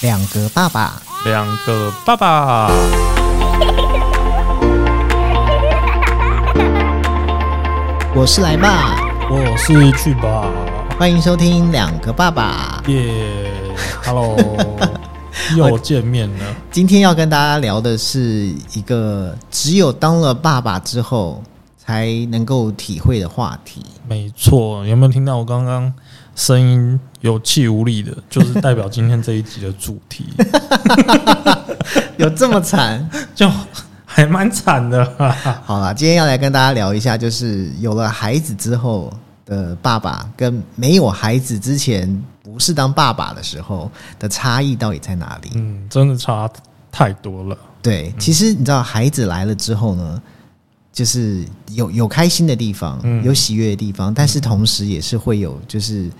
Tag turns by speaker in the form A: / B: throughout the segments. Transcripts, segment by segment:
A: 两个爸爸，
B: 两个爸爸。
A: 我是来爸，
B: 我是去吧，
A: 欢迎收听《两个爸爸》。
B: 耶、h e l l o 又见面了。
A: 今天要跟大家聊的是一个只有当了爸爸之后才能够体会的话题。
B: 没错，有没有听到我刚刚声音有气无力的？就是代表今天这一集的主 题，
A: 有这么惨？
B: 就还蛮惨的啦。
A: 好啦，今天要来跟大家聊一下，就是有了孩子之后的爸爸跟没有孩子之前不是当爸爸的时候的差异到底在哪里？
B: 嗯，真的差太多了。
A: 对，其实你知道，孩子来了之后呢，就是有有开心的地方，
B: 嗯
A: 有喜悦的地方，但是同时也是会有，就是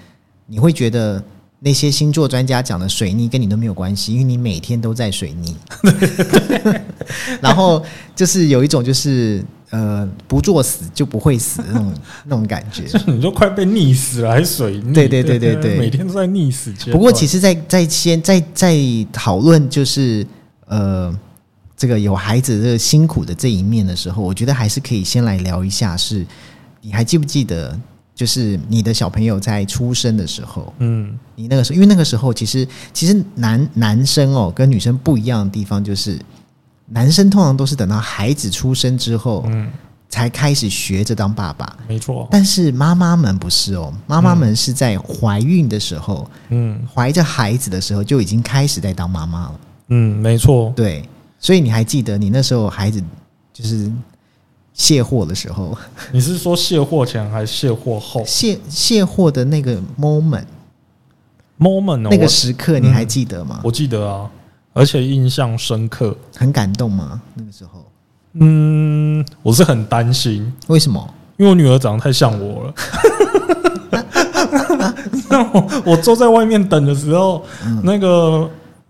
A: 你会觉得那些星座专家讲的水逆跟你都没有关系，因为你每天都在水逆。然后就是有一种就是呃，不作死就不会死的那种那种感觉。
B: 就你就快被溺死了，还水逆？
A: 对对对对对
B: 每天都在溺死阶段。
A: 不过，其实在，在先在在讨论就是呃，这个有孩子这个辛苦的这一面的时候，我觉得还是可以先来聊一下是，你还记不记得，就是你的小朋友在出生的时候，
B: 嗯，
A: 你那个时候，因为那个时候其实其实男男生哦跟女生不一样的地方就是，男生通常都是等到孩子出生之后，
B: 嗯
A: 才开始学着当爸爸。
B: 没错，
A: 但是妈妈们不是哦，妈妈们是在怀孕的时候，
B: 嗯
A: 怀着孩子的时候就已经开始在当妈妈了。
B: 嗯，没错，
A: 对，所以你还记得你那时候孩子就是卸货的时候，
B: 你是说卸货前还是卸货后
A: 卸卸货的那个 moment，、
B: moment 哦？
A: 那个
B: 我
A: 时刻你还记得吗？
B: 我记得啊，而且印象深刻。
A: 很感动吗？那个时候
B: 嗯，我是很担心，
A: 为什么？
B: 因为我女儿长得太像我了。 那我我坐在外面等的时候，
A: 嗯
B: 那个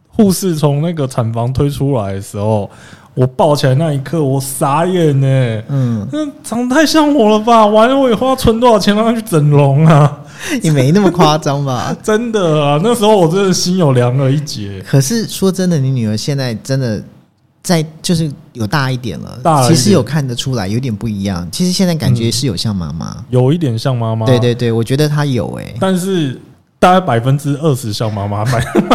B: 护士从那个产房推出来的时候，我抱起来那一刻，我傻眼呢、
A: 嗯，
B: 那长得太像我了吧？完了，我也花存多少钱让她去整容啊？。
A: 也没那么夸张吧
B: 真的啊，那时候我真的心有凉了一截。
A: 可是说真的，你女儿现在真的在就是有大一点了，
B: 大了一
A: 其
B: 点
A: 实有看得出来有点不一样。其实现在感觉是有像妈妈，
B: 有一点像妈妈，
A: 对，对对，我觉得她有欸诶、
B: 但是大概百分之二十像妈妈，百分之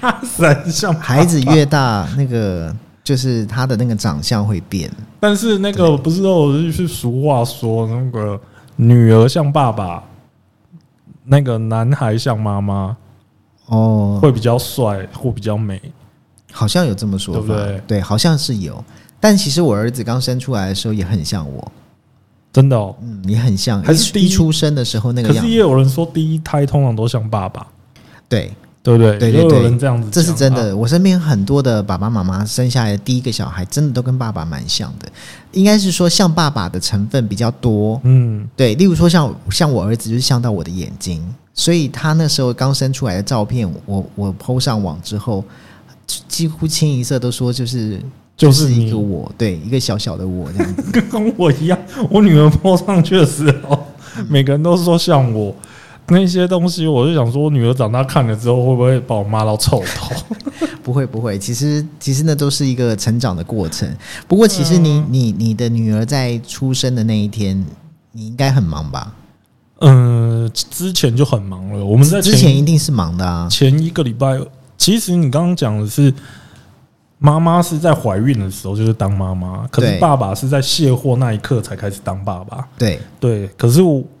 B: 八十像妈妈
A: 孩子越大，那个就是他的那个长相会变。
B: 但是那个不是有就是俗话说那个女儿像爸爸，那个男孩像妈妈，
A: 哦，
B: 会比较帅，会比较美。
A: 好像有这么说法，
B: 对不对
A: 好像是有。但其实我儿子刚生出来的时候也很像我，
B: 真的哦。
A: 嗯，也很像。
B: 还是
A: 一
B: 第一
A: 一出生的时候那个
B: 可
A: 样
B: 是
A: 子，
B: 也有人说第一胎通常都像爸爸，
A: 对，
B: 对不对？
A: 对对
B: 也有
A: 对
B: 人这样子，啊
A: 这是真。的。我身边很多的爸爸妈妈生下来的第一个小孩，真的都跟爸爸蛮像的。应该是说像爸爸的成分比较多，
B: 嗯，
A: 对，例如说像像我儿子就是像到我的眼睛，所以他那时候刚生出来的照片，我我 PO 上网之后，几几乎清一色都说就是
B: 就是
A: 一
B: 你
A: 个我，对，一个小小的我这样子。
B: 跟跟我一样，我女儿摸上去的时候，
A: 嗯
B: 每个人都说像我。那些东西，我就想说，我女儿长大看了之后，会不会把我骂到臭 头？
A: 不会不会，其实其实那都是一个成长的过程。不过其实
B: 嗯
A: 你、你你的女儿在出生的那一天，你应该很忙吧？
B: 嗯，之前就很忙了。我们在
A: 之前一定是忙的啊。
B: 前一个礼拜，其实你刚刚讲的是，妈妈是在怀孕的时候就是当妈妈，可
A: 对
B: 是爸爸是在卸货那一刻才开始当爸爸。
A: 对，
B: 对，可是我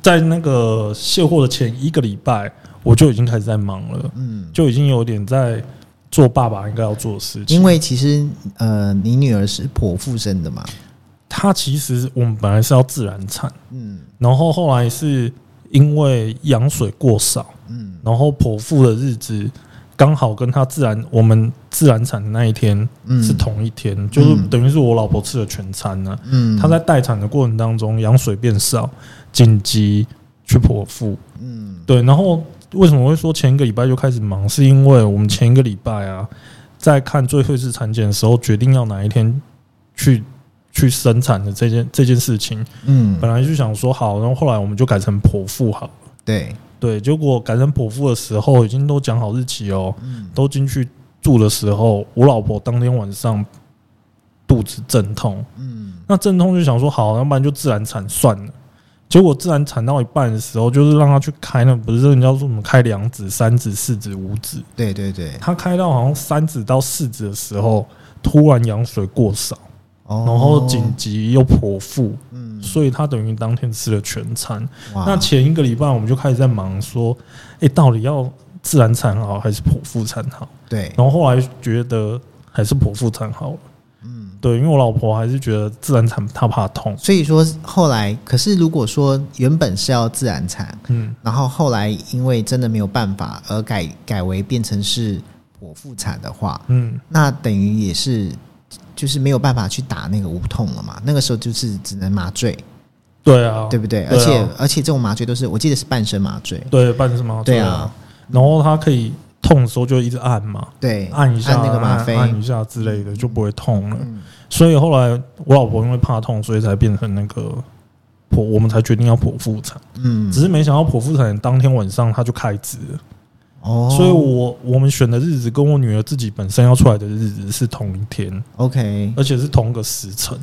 B: 在那个卸货的前一个礼拜，我就已经开始在忙了，
A: 嗯，
B: 就已经有点在做爸爸应该要做的事情。
A: 因为其实呃，你女儿是剖腹生的嘛，
B: 他其实我们本来是要自然产，
A: 嗯
B: 然后后来是因为羊水过少，
A: 嗯，
B: 然后剖腹的日子刚好跟她自然我们自然产的那一天
A: 嗯
B: 是同一天，就是等于是我老婆吃了全餐呢、
A: 嗯，
B: 她在待产的过程当中，羊水变少，紧急去剖腹。
A: 嗯
B: 对，然后为什么会说前一个礼拜就开始忙？是因为我们前一个礼拜啊，在看最后一次产检的时候，决定要哪一天去去生产的这件这件事情，
A: 嗯
B: 本来就想说好，然后后来我们就改成剖腹好了。
A: 对，
B: 对，结果改成剖腹的时候，已经都讲好日期哦，
A: 嗯
B: 都进去住的时候，我老婆当天晚上肚子阵痛，
A: 嗯，
B: 那阵痛就想说好，要不然就自然产算了。结果自然产到一半的时候，就是让她去开那不是人家说什么开两指、三指、四指、五指，
A: 对对对，
B: 她开到好像三指到四指的时候，突然羊水过少，
A: 哦
B: 然后紧急又剖腹，
A: 嗯
B: 所以她等于当天吃了全餐。
A: 哇
B: 那前一个礼拜我们就开始在忙说，哎、到底要自然产好还是剖腹产好？
A: 对，
B: 然后后来觉得还是剖腹产好了。
A: 嗯，
B: 对，因为我老婆还是觉得自然产她怕痛。
A: 所以说后来，可是如果说原本是要自然产，
B: 嗯，
A: 然后后来因为真的没有办法而改改为变成是剖腹产的话，
B: 嗯，
A: 那等于也是就是没有办法去打那个无痛了嘛，那个时候就是只能麻醉，
B: 对啊，
A: 对不对？
B: 啊
A: 而且而且这种麻醉都是我记得是半身麻醉，
B: 哦对半身麻醉
A: 对啊，
B: 然后她可以痛的时候就一直按嘛，
A: 对，
B: 按一下
A: 按那个吗啡
B: 按按一下之类的就不会痛了。
A: 嗯
B: 所以后来我老婆因为怕痛，所以才变成那个剖，我们才决定要剖腹产。
A: 嗯
B: 只是没想到剖腹产当天晚上她就开指了。
A: 哦，
B: 所以我我们选的日子跟我女儿自己本身要出来的日子是同一
A: 嗯
B: 天，
A: OK
B: 而且是同个时辰。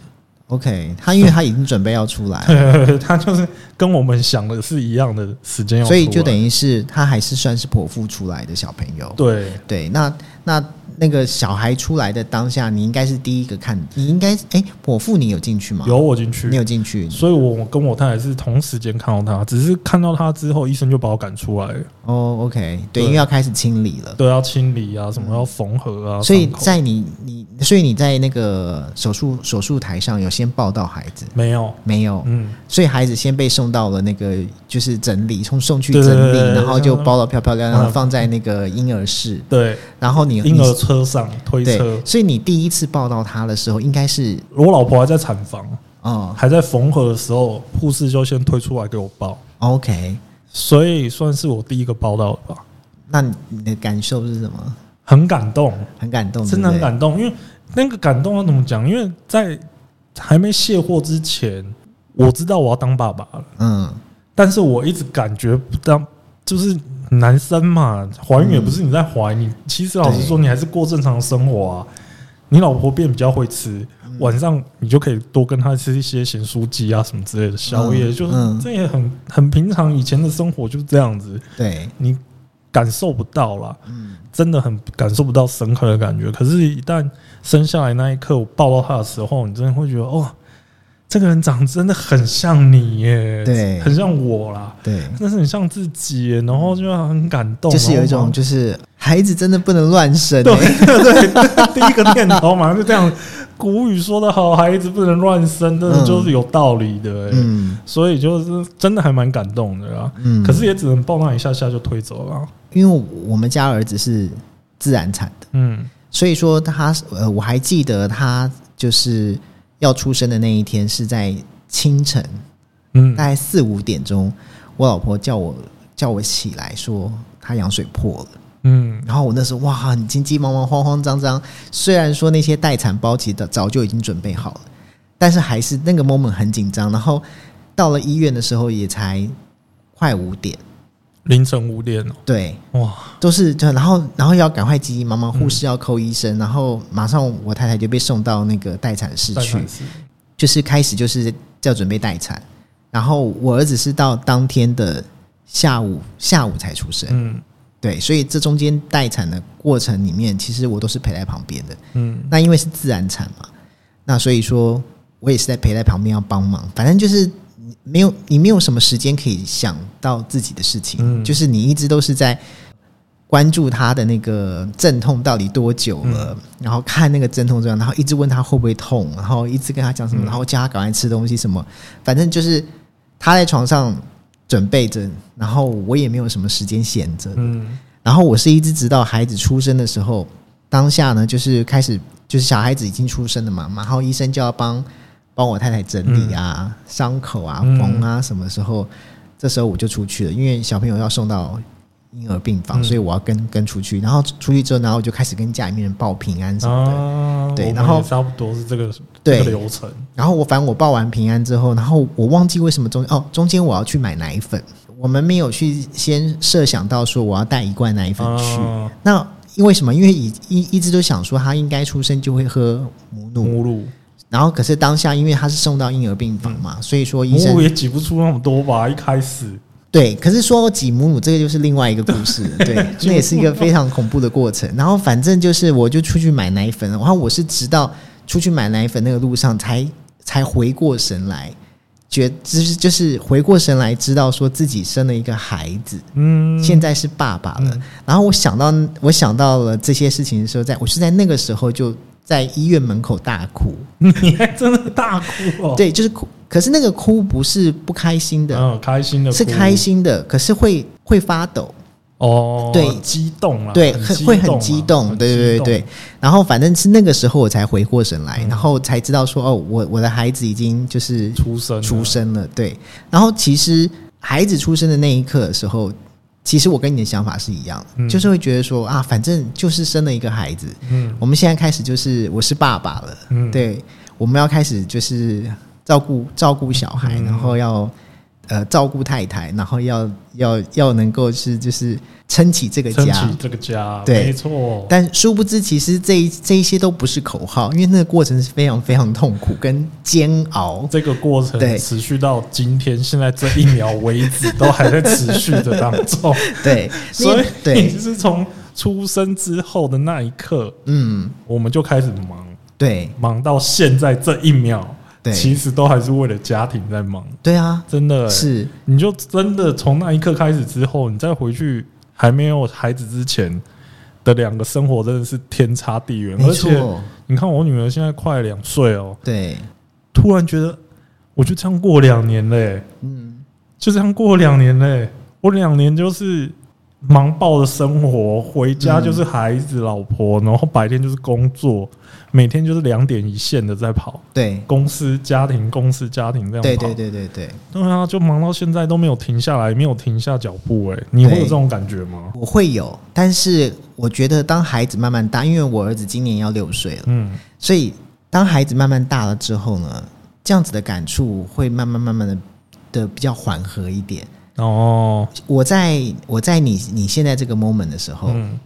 A: OK，他因为他已经准备要出来，
B: 她就是跟我们想的是一样的时间要出
A: 嗯所
B: 来，
A: 以就等于是他还是算是剖腹出来的小朋友。
B: 对
A: 对，那那那个小孩出来的当下，你应该是第一个看，你应该哎，剖腹你有进去吗？
B: 有，我进
A: 你
B: 去，
A: 有进去
B: 所以我跟我太太是同时间看到她，只是看到她之后，医生就把我赶出来了，
A: 哦，OK，对。
B: 对
A: 因为要开始清理了，
B: 对，要清理啊，什么要缝合啊，
A: 嗯所以
B: 伤口
A: 在你你，所以你在那个手术手术台上有先抱到孩子
B: 没有，
A: 没有？
B: 嗯，
A: 所以孩子先被送到了那个就是整理，送送去
B: 对
A: 整
B: 对
A: 理，
B: 对对
A: 然后就包到漂漂亮亮，
B: 嗯
A: 放在那个婴儿室，
B: 对，
A: 然后你
B: 婴
A: 你
B: 儿车上推车
A: 对，，所以你第一次抱到他的时候，应该是
B: 我老婆还在产房，
A: 哦
B: 还在缝合的时候，护士就先推出来给我抱。
A: ，OK，
B: 所以算是我第一个报道吧，
A: 那你你的感受是什么？
B: 很感动，
A: 很感动，
B: 真的很
A: 对不对
B: 感动。因为那个感动要怎么讲？因为在还没卸货之前，我知道我要当爸爸了，
A: 嗯，
B: 但是我一直感觉不当，就是男生嘛，怀孕也不是你在怀，
A: 嗯
B: 你其实老实说，你还是过正常的生活啊。你老婆变比较会吃，
A: 嗯
B: 晚上你就可以多跟她吃一些咸酥鸡啊什么之类的宵夜，
A: 嗯
B: 就是
A: 嗯
B: 这也很很平常，以前的生活就是这样子。
A: 对，
B: 你感受不到啦，
A: 嗯
B: 真的很感受不到深刻的感觉。可是，一旦生下来那一刻，我抱到他的时候，你真的会觉得，哦，这个人长得真的很像你耶，
A: 对
B: 很像我啦，
A: 对，
B: 但是很像自己耶，然后就很感动，
A: 就是有一种就是孩子真的不能乱生、
B: 然后
A: 欸，
B: 对对，第一个念头马上就这样。古语说的好，孩子不能乱生，真的
A: 嗯
B: 就是有道理的耶、
A: 嗯
B: 所以就是真的还蛮感动的啦。
A: 嗯。
B: 可是也只能抱那一下下就推走了啊。
A: 因为我们家儿子是自然产的，
B: 嗯
A: 所以说他呃，我还记得他就是要出生的那一天是在清晨，
B: 嗯
A: 大概四五点钟，我老婆叫我叫我起来说他羊水破了。
B: 嗯，
A: 然后我那时候哇，很急急忙忙、慌慌张张。虽然说那些待产包其实早早就已经准备好了，但是还是那个 moment 很紧张。然后到了医院的时候也才快五点，
B: 凌晨五点哦，
A: 对，
B: 哇，
A: 都是就然后然后要赶快急急忙忙，护士要扣医生，然后马上我太太就被送到那个待产室
B: 再
A: 去
B: 看一，次
A: 就是开始就是要准备待产。然后我儿子是到当天的下午下午才出生，
B: 嗯
A: 对，所以这中间待产的过程里面，其实我都是陪在旁边的。
B: 嗯
A: 那因为是自然产嘛，那所以说我也是在陪在旁边要帮忙，反正就是你没有你没有什么时间可以想到自己的事情，
B: 嗯
A: 就是你一直都是在关注他的那个阵痛到底多久
B: 嗯
A: 了，然后看那个阵痛状态，然后一直问他会不会痛，然后一直跟他讲什么，
B: 嗯
A: 然后叫他赶快吃东西什么，反正就是他在床上准备着，然后我也没有什么时间闲着，
B: 嗯
A: 然后我是一直直到孩子出生的时候，当下呢就是开始就是小孩子已经出生了嘛，然后医生就要帮帮我太太整理啊、伤口啊、
B: 嗯
A: 缝啊，什么时候？这时候我就出去了，因为小朋友要送到婴儿病房，
B: 嗯
A: 所以我要跟跟出去。然后出去之后，然后我就开始跟家里面人报平安什么的。
B: 啊，
A: 对
B: 我们
A: 然后
B: 也差不多是这个
A: 对
B: 这个流程，
A: 哦然后我反正我报完平安之后，然后我忘记为什么中哦中间我要去买奶粉，我我们没有去先设想到说我要带一罐奶粉去。
B: 啊
A: 那因为什么？因为一一一直都想说他应该出生就会喝母乳，
B: 母乳，
A: 然后可是当下因为他是送到婴儿病房嘛，所以说医
B: 母
A: 生
B: 乳也挤不出那么多吧？一开始
A: 对，可是说挤母乳这个就是另外一个故事了，对，那也是一个非常恐怖的过程。然后反正就是我就出去买奶粉，然后我是直到出去买奶粉那个路上才才回过神来，觉就是就是回过神来，知道说自己生了一个孩子，
B: 嗯，
A: 现在是爸爸了。然后我想到我想到了这些事情的时候，在我是在那个时候就在医院门口大哭，
B: 你还真的大哭哦，
A: 对，就是哭。可是那个哭不是不开心的，
B: 嗯，开心的
A: 是开心的，可是会会发抖。
B: 哦，
A: 对
B: 激动啊，
A: 对，
B: 很
A: 很会很激
B: 动嗯啊，
A: 动，对对对对。然后反正是那个时候我才回过神来，然后才知道说哦，我我的孩子已经就是
B: 对出生了啊
A: 出生了，对。然后其实孩子出生的那一刻的时候，其实我跟你的想法是一样的，
B: 嗯
A: 就是会觉得说啊，反正就是生了一个孩子，
B: 嗯
A: 我们现在开始就是我是爸爸了，
B: 嗯
A: 对，我们要开始就是照顾照顾小孩，
B: 嗯
A: 然后要呃照顾太太，然后要要要能够是就是撑起这个
B: 撑
A: 家
B: 起。这个家，
A: 对
B: 没错，
A: 但殊不知，其实这一这一些都不是口号，因为那个过程是非常非常痛苦跟煎熬。
B: 这个过程
A: 对
B: 持续到今天，现在这一秒为止，都还在持续的当中。
A: 对，
B: 所
A: 因
B: 以
A: 为 对，
B: 你是从出生之后的那一刻，
A: 嗯，
B: 我们就开始忙，
A: 对
B: 忙到现在这一秒，
A: 对
B: 其实都还是为了家庭在忙，
A: 对啊，
B: 真的、欸。
A: 是
B: 你就真的从那一刻开始之后，你再回去还没有孩子之前的两个生活真的是天差地远，
A: 没
B: 而且
A: 错，
B: 你看我女儿现在快两岁哦，
A: 对，
B: 突然觉得我就这样过两年嘞、
A: 嗯，
B: 就这样过两年嘞、我两年就是忙爆的生活，回家
A: 嗯
B: 就是孩子、老婆，然后白天就是工作，每天就是两点一线的在跑，
A: 对，
B: 公司、家庭、公司、家庭这样跑。
A: 对对对对对，
B: 对啊，就忙到现在都没有停下来，没有停下脚步、欸，你会有
A: 对
B: 这种感觉吗？
A: 我会有，但是我觉得当孩子慢慢大，因为我儿子今年要六岁了，
B: 嗯，
A: 所以当孩子慢慢大了之后呢，这样子的感触会慢慢慢慢的的比较缓和一点。
B: 哦，
A: 我在我在你你现在这个 moment 的时候，
B: 嗯，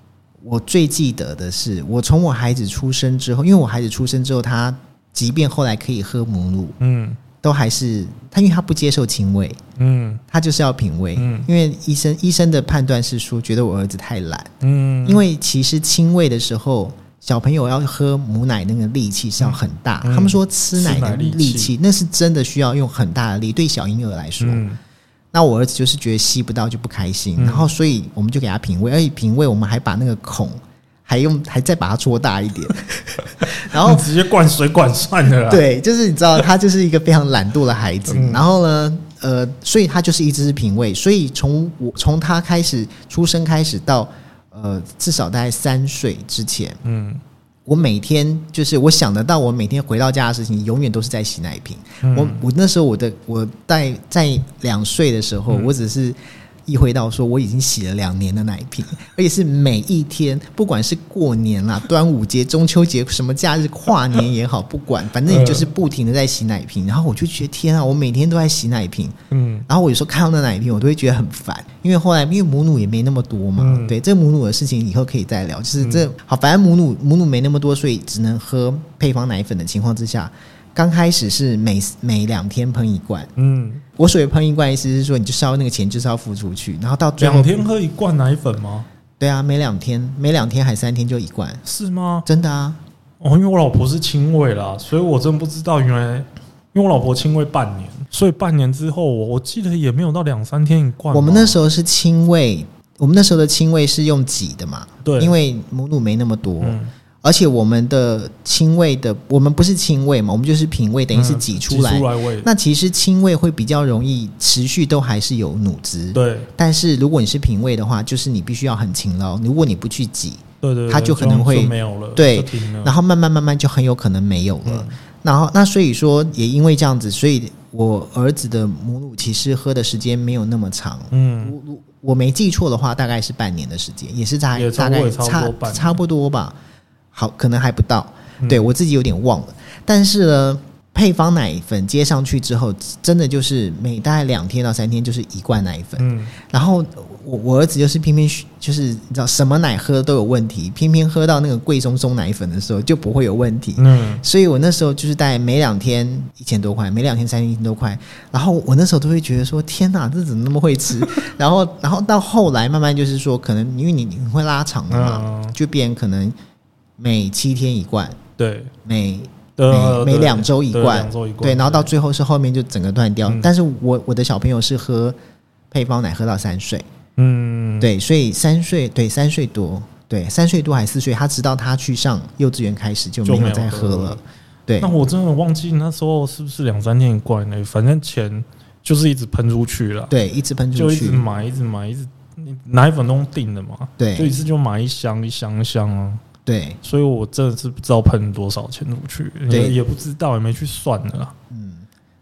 A: 我最记得的是，我从我孩子出生之后，因为我孩子出生之后，他即便后来可以喝母乳，
B: 嗯，
A: 都还是他，因为他不接受亲喂，
B: 嗯，
A: 他就是要品味。
B: 嗯
A: 因为医生医生的判断是说，觉得我儿子太懒，
B: 嗯，
A: 因为其实亲喂的时候。小朋友要喝母奶那个力气是要很大，
B: 嗯嗯
A: 他们说吃奶的
B: 吃奶力气
A: 力气那是真的需要用很大的力，对小婴儿来说，
B: 嗯，
A: 那我儿子就是觉得吸不到就不开心，
B: 嗯
A: 然后所以我们就给他品味，而且品味我们还把那个孔还用还再把它戳大一 点，然
B: 然后
A: 后
B: 直接灌水管算了啦。，
A: 对，就是你知道他就是一个非常懒惰的孩子，
B: 嗯
A: 然后呢，呃，所以他就是一直是品味，所以从我从他开始出生开始到呃至少大概三岁之前，
B: 嗯，
A: 我每天就是我想得到，我每天回到家的事情，永远都是在洗奶瓶。
B: 嗯
A: 我我那时候我的我在在两岁的时候，我只是意会到说我已经洗了两年的奶瓶， 而且是每一天，不管是过年啦、端午节、中秋节什么假日、跨年也好，不管，反正你就是不停的在洗奶瓶。然后我就觉得天啊，我每天都在洗奶瓶。
B: 嗯，
A: 然后我有时候看到那奶瓶，我都会觉得很烦，因为后来因为母乳也没那么多嘛，
B: 嗯
A: 对，这个母乳的事情以后可以再聊。就是这、好，反正母乳母乳没那么多，所以只能喝配方奶粉的情况之下，刚开始是每每两天喷一罐。
B: 嗯，
A: 我所谓喷一罐，意思是说你就是要那个钱就是要付出去，然后到最后
B: 两天喝一罐奶粉吗？
A: 对啊，每两天每两天还三天就一罐，
B: 是吗？
A: 真的啊，
B: 哦，因为我老婆是亲喂啦，所以我真不知道原来，因为我老婆亲喂半年，所以半年之后，我我记得也没有到两三天一罐吧。
A: 我们那时候是亲喂，我们那时候的亲喂是用挤的嘛，
B: 对
A: 因为母乳没那么多，
B: 嗯
A: 而且我们的亲喂的，我们不是亲喂嘛，我们就是品味，等于是
B: 嗯
A: 挤出来。
B: 喂，
A: 那其实亲喂会比较容易持续，都还是有乳汁。
B: 对
A: 但是如果你是品味的话，就是你必须要很勤劳。如果你不去挤，
B: 对对对，
A: 它就可能会
B: 就没有了，
A: 对
B: 就停了。
A: 然后慢慢慢慢就很有可能没有了。然后那所以说，也因为这样子，所以我儿子的母乳其实喝的时间没有那么长。
B: 嗯，
A: 我我我没记错的话，大概是半年的时间，也是大
B: 也差
A: 大
B: 不多
A: 概
B: 也差不多半年
A: 差不多吧，好，可能还不到，
B: 嗯
A: 对我自己有点忘了。但是呢，配方奶粉接上去之后，真的就是每大概两天到三天就是一罐奶粉。
B: 嗯，
A: 然后我我儿子就是偏偏就是你知道什么奶喝都有问题，偏偏喝到那个贵松松奶粉的时候就不会有问题。
B: 嗯，
A: 所以我那时候就是大概每两天一千多块，每两天三天一千多块。然后我那时候都会觉得说，天哪，这怎么那么会 吃？然后，然后到后来慢慢就是说，可能因为你你会拉长的嘛，
B: 嗯
A: 就变可能每七天一罐，
B: 对，
A: 每
B: 呃，
A: 每
B: 对
A: 两周一
B: 对
A: 罐
B: 两周一罐，
A: 对，然后到最后是后面就整个断掉。
B: 嗯
A: 但是我我的小朋友是喝配方奶喝到三岁，
B: 嗯，
A: 对，所以三岁对三岁多，对三岁多还是四岁，他直到他去上幼稚园开始就
B: 就
A: 没
B: 没
A: 有
B: 有
A: 再
B: 喝
A: 喝
B: 了
A: 了，对
B: 那，我真的忘记那时候是不是两三天一罐呢？反正钱就是一直喷出去了，
A: 对，一直喷
B: 就
A: 出
B: 一直
A: 去，
B: 买，一直买，一直奶粉都定的嘛，就一
A: 对
B: 次就买一箱一箱一箱啊。
A: 对，
B: 所以我真的是不知道喷多少钱出去，也
A: 对
B: 也不知道，也没去算的啦。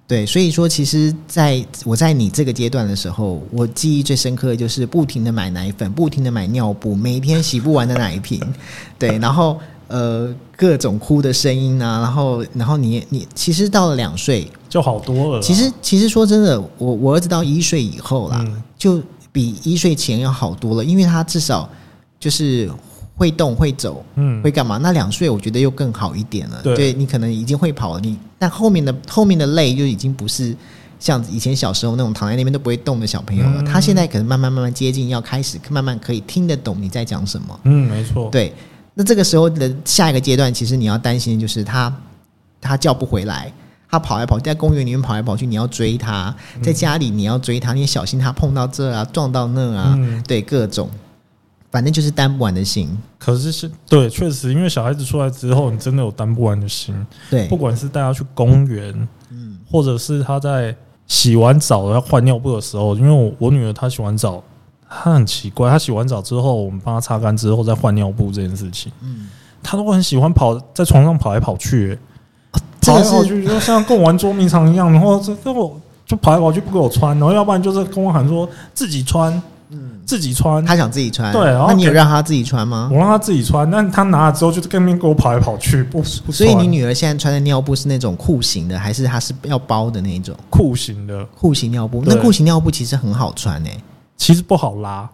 A: 对，所以说，其实在我在你这个阶段的时候，我记忆最深刻的就是不停的买奶粉，不停的买尿布，每天洗不完的奶瓶， 对，然后呃各种哭的声音啊，然后然后你你其实到了两岁，
B: 就好多了啦。
A: 其实其实说真的，我我儿子到一岁以后啦，
B: 嗯
A: 就比一岁前要好多了，因为他至少就是会动会走，
B: 嗯
A: 会，干嘛？那两岁我觉得又更好一点了，
B: 对
A: 你可能已经会跑了，你但后面的后面的累就已经不是像以前小时候那种躺在那边都不会动的小朋友了，
B: 嗯
A: 他现在可能慢慢慢慢接近，要开始慢慢可以听得懂你在讲什么。
B: 嗯，没错，
A: 对，那这个时候的下一个阶段，其实你要担心的就是他他叫不回来。他跑来跑去，在公园里面跑来跑去，你要追他；
B: 嗯
A: 在家里你要追他，你也小心他碰到这啊，撞到那啊，
B: 嗯
A: 对各种，反正就是担不完的心。
B: 可是是，对，确实，因为小孩子出来之后，你真的有担不完的心，
A: 对
B: 不，管是带他去公园，
A: 嗯
B: 或者是他在洗完澡要换尿布的时候，因为我我女儿她洗完澡，她很奇怪，她洗完澡之后，我们帮她擦干之后再换尿布这件事情，
A: 嗯，
B: 她都很喜欢跑在床上跑来跑去、 欸
A: 这
B: 跑
A: 个
B: 来跑
A: 哦是
B: 去，就像跟我玩捉迷藏一样，然后这这我就跑来跑去不给我穿，然后要不然就是跟我喊说自己穿，
A: 嗯
B: 自己穿。
A: 他想自己穿，
B: 对然后
A: 那你有
B: 给
A: 让他自己穿吗
B: 我？让他自己穿，但他拿了之后就跟那边给我跑来跑去，不不
A: 所以你
B: 穿
A: 女儿现在穿的尿布是那种裤型的，还是她是要包的那一种
B: 酷型的
A: 裤型尿布？
B: 对
A: 那裤型尿布其实很好穿诶、
B: 其实不好拉，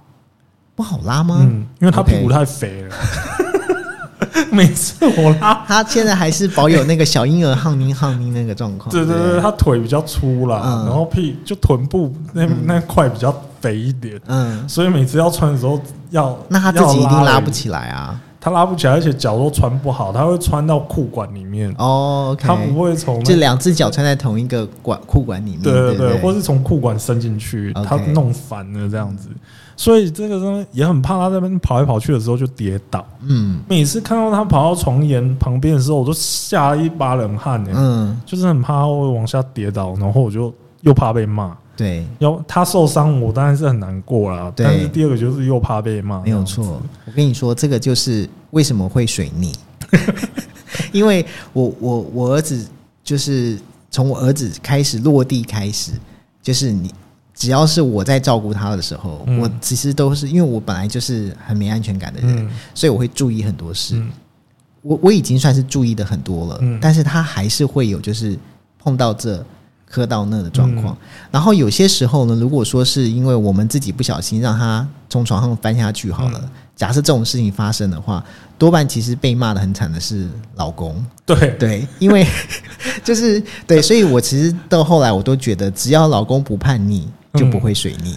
A: 不好拉吗？
B: 嗯，因为他屁股
A: OK
B: 太肥了。 每次我拉，
A: 她现在还是保有那个小婴儿汗宁汗宁那个状况。
B: 对对
A: 不
B: 对，，他腿比较粗啦，
A: 嗯
B: 然后屁就臀部那那块比较肥一点，
A: 嗯，
B: 所以每次要穿的时候要
A: 那她自己一
B: 要
A: 定
B: 拉
A: 拉
B: 而已
A: 不起来啊。
B: 他拉不起来，而且脚都穿不好，他会穿到裤管里面，
A: 哦，OK，
B: 他不会从那
A: 就两只脚穿在同一个管裤管里面。
B: 对对
A: 对
B: 对，
A: 不
B: 或是从裤管伸进去，
A: OK
B: 他弄反了这样子，所以这个呢也很怕他在那边跑来跑去的时候就跌倒。
A: 嗯
B: 每次看到他跑到床沿旁边的时候，我都吓一把冷汗呢、
A: 嗯，
B: 就是很怕他会往下跌倒，然后我就又怕被骂。
A: 对，
B: 要他受伤，我当然是很难过啦。
A: 对
B: 但是第二个就是又怕被骂，
A: 没有错。我跟你说，这个就是为什么会水 逆，因为我我我儿子就是从我儿子开始落地开始，就是你只要是我在照顾他的时候，
B: 嗯
A: 我其实都是因为我本来就是很没安全感的
B: 这
A: 人，
B: 样子。
A: 所以我会注意很多事。
B: 嗯
A: 我我已经算是注意的很多了，
B: 嗯
A: 但是他还是会有就是碰到这磕到那的状况。
B: 嗯
A: 然后有些时候呢，如果说是因为我们自己不小心让他从床上翻下去好
B: 嗯
A: 了，假设这种事情发生的话，多半其实被骂的很惨的是老公，
B: 嗯，对，
A: 对，因为 就是对，所以我其实到后来我都觉得，只要老公不叛逆，就不
B: 嗯
A: 会水 逆。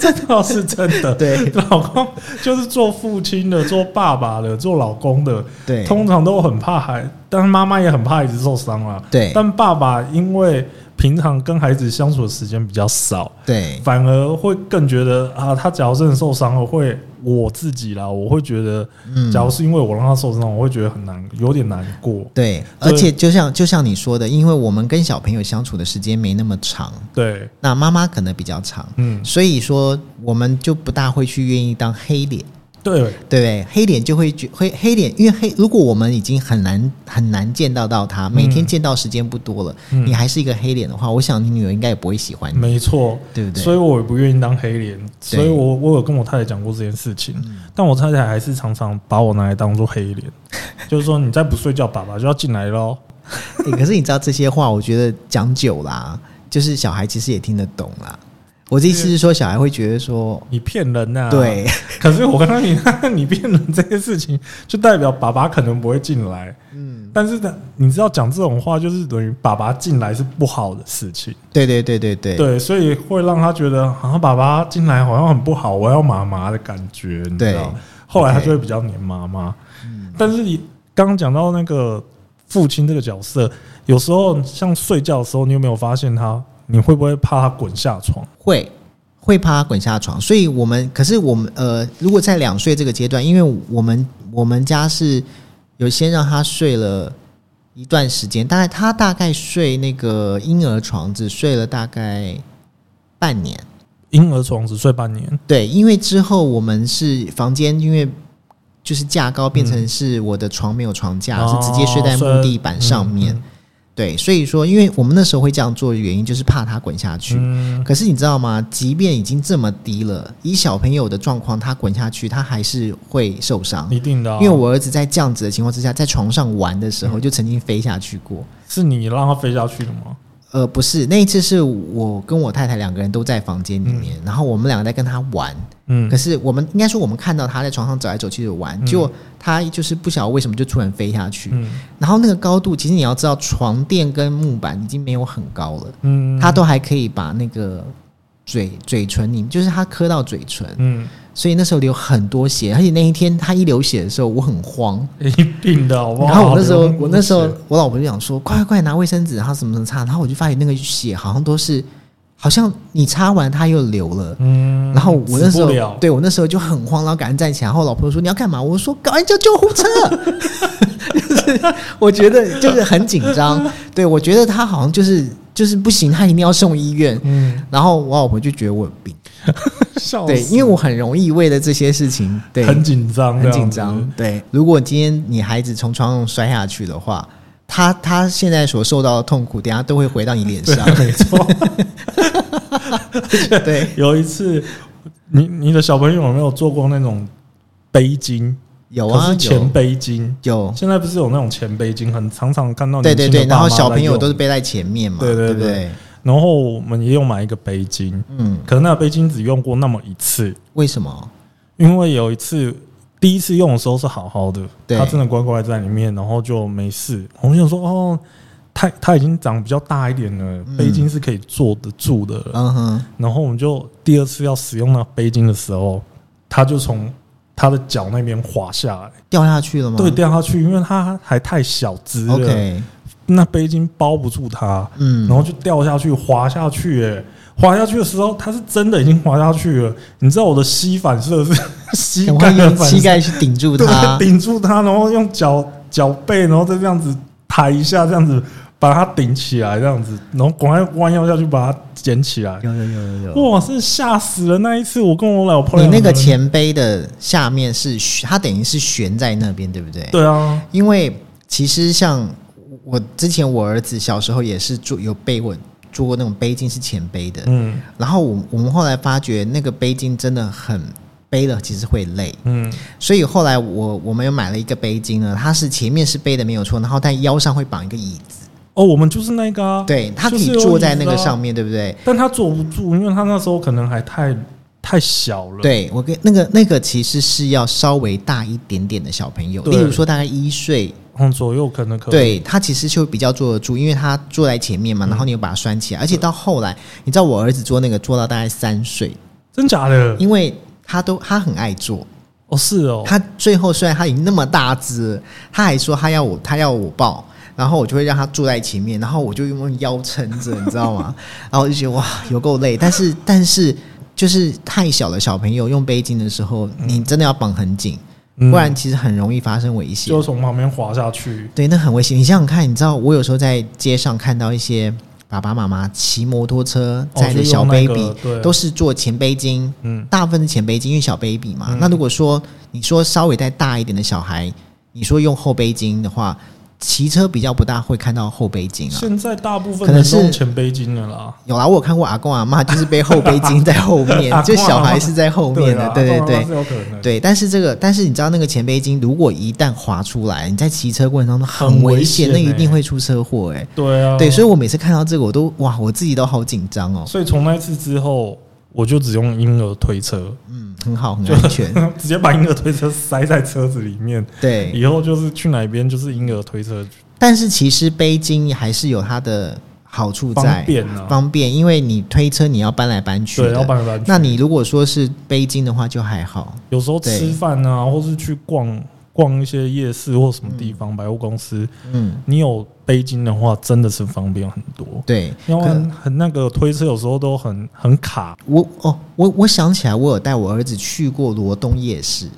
B: 这倒是真 的。
A: 对
B: 老公就是做父亲的、做爸爸的、做老公的，
A: 对
B: 通常都很怕孩，但是妈妈也很怕孩子受伤啦。
A: 对
B: 但爸爸因为平常跟孩子相处的时间比较少，
A: 对
B: 反而会更觉得啊，他假如真的受伤了，会我自己啦，我会觉得，
A: 嗯
B: 假如是因为我让他受伤，我会觉得很难，有点难过。
A: 对，
B: 对
A: 而且就像就像你说的，因为我们跟小朋友相处的时间没那么长，
B: 对，
A: 那妈妈可能比较长，
B: 嗯，
A: 所以说我们就不大会去愿意当黑脸，
B: 对，
A: 对不对？黑脸就会觉会黑脸，因为黑如果我们已经很难很难见到到他，每天见到时间不多了，
B: 嗯
A: 你还是一个黑脸的话，我想你女儿应该也不会喜欢你，
B: 没错。
A: 对不对？
B: 所以我也不愿意当黑脸，所以我我有跟我太太讲过这件事情，
A: 嗯
B: 但我太太还是常常把我拿来当做黑脸，就是说你再不睡觉，爸爸就要进来喽。
A: 欸可是你知道这些话，我觉得讲久啦、就是小孩其实也听得懂啦。我的意思是说，小孩会觉得说，
B: 你骗人啊呐、，
A: 对，
B: 可是我刚刚你 你骗人这件事情，就代表爸爸可能不会进来。
A: 嗯，
B: 但是呢，你知道讲这种话，就是等于爸爸进来是不好的事情。
A: 对对对对对
B: 对，所以会让他觉得好像爸爸进来好像很不好，我要妈妈的感觉，你知道
A: 对？嗯
B: 后来他
A: OK
B: 就会比较黏妈妈。但是你刚刚讲到那个父亲这个角色，有时候像睡觉的时候，你有没有发现他？你会不会怕他滚下床？
A: 会会怕他滚下床，所以我们可是我们呃，如果在两岁这个阶段，因为我们我们家是有先让他睡了一段时间，大概他大概睡那个婴儿床只睡了大概半年，
B: 婴儿床只睡半年，
A: 对，因为之后我们是房间因为。就是架高变成是我的床没有床架，
B: 哦嗯
A: 是直接睡在木地板上面。对，所以说，因为我们那时候会这样做的原因，就是怕他滚下去。
B: 嗯，
A: 可是你知道吗？即便已经这么低了，以小朋友的状况，他滚下去，他还是会受伤。
B: 一定的啊、
A: 因为我儿子在这样子的情况之下，在床上玩的
B: 嗯
A: 时候，就曾经飞下去过。
B: 是你让他飞下去的吗？
A: 呃，不是，那一次是我跟我太太两个人都在房间里面，然后我们两个在跟他玩。
B: 嗯
A: 可，是我们应该说，我们看到他在床上走来走去的玩，
B: 嗯
A: 结果他就是不晓得为什么就突然飞下去。
B: 嗯
A: 然后那个高度，其实你要知道，床垫跟木板已经没有很高了。
B: 嗯，
A: 他都还可以把那个嘴嘴唇里，就是他磕到嘴唇，
B: 嗯
A: 所以那时候流很多血，而且那一天他一流血的时候，我很慌。
B: 一定的好不好？
A: 然后我那时候，
B: 流
A: 我那时候
B: 血，
A: 我老婆就讲说，快快拿卫生纸，然后什么什么擦，然后我就发现那个血好像都是，好像你擦完它又流了。
B: 嗯，
A: 然后我那时
B: 死不了
A: 候，对我那时候就很慌，然后赶紧站起来。然后我老婆说你要干嘛？我说赶快叫救护车。 就是我觉得就是很紧张，对我觉得他好像就是就是不行，他一定要送医院。
B: 嗯，
A: 然后我老婆就觉得我有病，
B: 笑
A: 对，
B: 死
A: 因为我很容易为了这些事情，对，
B: 哦很紧张，
A: 很紧张。。对，如果今天你孩子从床上摔下去的话，他他现在所受到的痛苦，等一下都会回到你脸上。
B: 没错，
A: 对，
B: 有一次，你你的小朋友有没有做过那种背巾？
A: 有啊
B: 可，是前
A: 有
B: 背巾，
A: 有，
B: 现在不是有那种前背巾，很常常看到
A: 对
B: 年
A: 对
B: 轻的
A: 对，
B: 爸
A: 然
B: 妈
A: 后
B: 在
A: 小朋友
B: 用
A: 都是，背在前面嘛，
B: 对对
A: 对不
B: 对
A: 对？
B: 然后我们也有买一个背巾，
A: 嗯，
B: 可是那个背巾只用过那么一次，
A: 为什么？
B: 因为有一次第一次用的时候是好好的，
A: 对
B: 他真的乖乖在里面，然后就没事。我们想说，哦，他他已经长比较大一点了，
A: 嗯
B: 背巾是可以坐得住的了。
A: 嗯哼，
B: 然后我们就第二次要使用那背巾的时候，他就从他的脚那边滑下来，
A: 掉下去了吗？
B: 对，掉下去，因为他还太小只了
A: o k
B: 那背巾包不住他，
A: 嗯，
B: 然后就掉下去，滑下去、欸，滑下去的时候，他是真的已经滑下去了。你知道我的膝反射是 膝
A: 我
B: 盖
A: 会
B: 的
A: 用
B: 反
A: 膝
B: 射，
A: 盖去顶住
B: 对
A: 他，
B: 顶住他，然后用脚脚背，然后再这样子抬一下，这样子把它顶起来，这样子，然后赶快弯腰下去把它捡起来。
A: 有有有有有。
B: 哇，是吓死了！那一次我跟我老婆，
A: 你那个，前杯的下面是悬它等于是悬在那边，对不对？
B: 对啊，
A: 因为其实像我之前我儿子小时候也是做有被我做过那种背巾是前背的，
B: 嗯
A: 然后我我们后来发觉那个背巾真的很背了，其实会累，
B: 嗯，
A: 所以后来我我们又买了一个背巾呢，它是前面是背的没有错，然后但腰上会绑一个椅子，
B: 哦，我们就是那个、啊，
A: 对，它可
B: 就是
A: 以
B: 有
A: 坐在
B: 椅子
A: 那个
B: 啊
A: 上面，对不对？
B: 但他坐不住，因为他那时候可能还太太小了。，
A: 对我跟那个那个其实是要稍微大一点点的小朋友，
B: 对
A: 例如说大概一岁，
B: 嗯，左右可能可以。
A: 对他其实就比较坐得住，因为他坐在前
B: 嗯
A: 面嘛，然后你又把他拴起来，而且到后来，你知道我儿子做那个做到大概三岁，
B: 真假的？
A: 因为他都他很爱做，
B: 哦，是哦，
A: 他最后虽然他已经那么大只了，他还说他要我他要我抱。然后我就会让他坐在前面，然后我就用腰撑着，你知道吗？ 然后我就觉得哇，有够累。但是但是就是太小的小朋友用背巾的时候，你真的要绑很紧，
B: 嗯
A: 不然其实很容易发生危险。
B: 就从旁边滑下去。
A: 对，那很危险。你想想看，你知道我有时候在街上看到一些爸爸妈妈骑摩托车
B: 哦
A: 载
B: 就
A: 着小
B: 用那
A: baby，、
B: 个对
A: 都是做前背巾，
B: 嗯
A: 大部分是前背巾，因为小 baby 嘛。
B: 嗯
A: 那如果说你说稍微再大一点的小孩，你说用后背巾的话，骑车比较不大会看到后背巾啊。
B: 现在大部分
A: 可能
B: 人
A: 是
B: 都用前背巾的啦，
A: 有啦，我有看过阿公阿妈就是背后 背巾在后面，
B: 阿公阿嬷
A: 就小孩是在后面的，对对
B: 对啊啦当然
A: 对
B: 是有可能。
A: 对。但是这个，但是你知道那个前背巾，如果一旦滑出来，你在骑车过程当中很
B: 很
A: 危
B: 危
A: 险，
B: 险
A: 那一
B: 欸
A: 定会出车祸哎、
B: 对啊，
A: 对，所
B: 以
A: 以我每次看到这个，我都哇，我自己都好紧张哦。
B: 所以从那次之后，我就只用婴儿推车，
A: 嗯，很好，很安全。
B: 直接把婴儿推车塞在车子里面，
A: 对，
B: 以后就是去哪边就是婴儿推车
A: 但是其实背巾还是有它的好处在
B: 方，便啊，
A: 方便，因为你推车你要搬来搬去
B: 对，要
A: 的。
B: 搬来搬去。
A: 那你如果说是背巾的话，就还好。
B: 有时候
A: 对
B: 吃饭啊，或是去逛逛一些夜市或什么地方、百货公司，
A: 嗯，
B: 你有背巾的话，真的是方便很多。
A: 对。
B: 因为
A: 可
B: 很那个推车有时候都很很卡，
A: 我哦，我我想起来，我有带我儿子去过罗东夜市，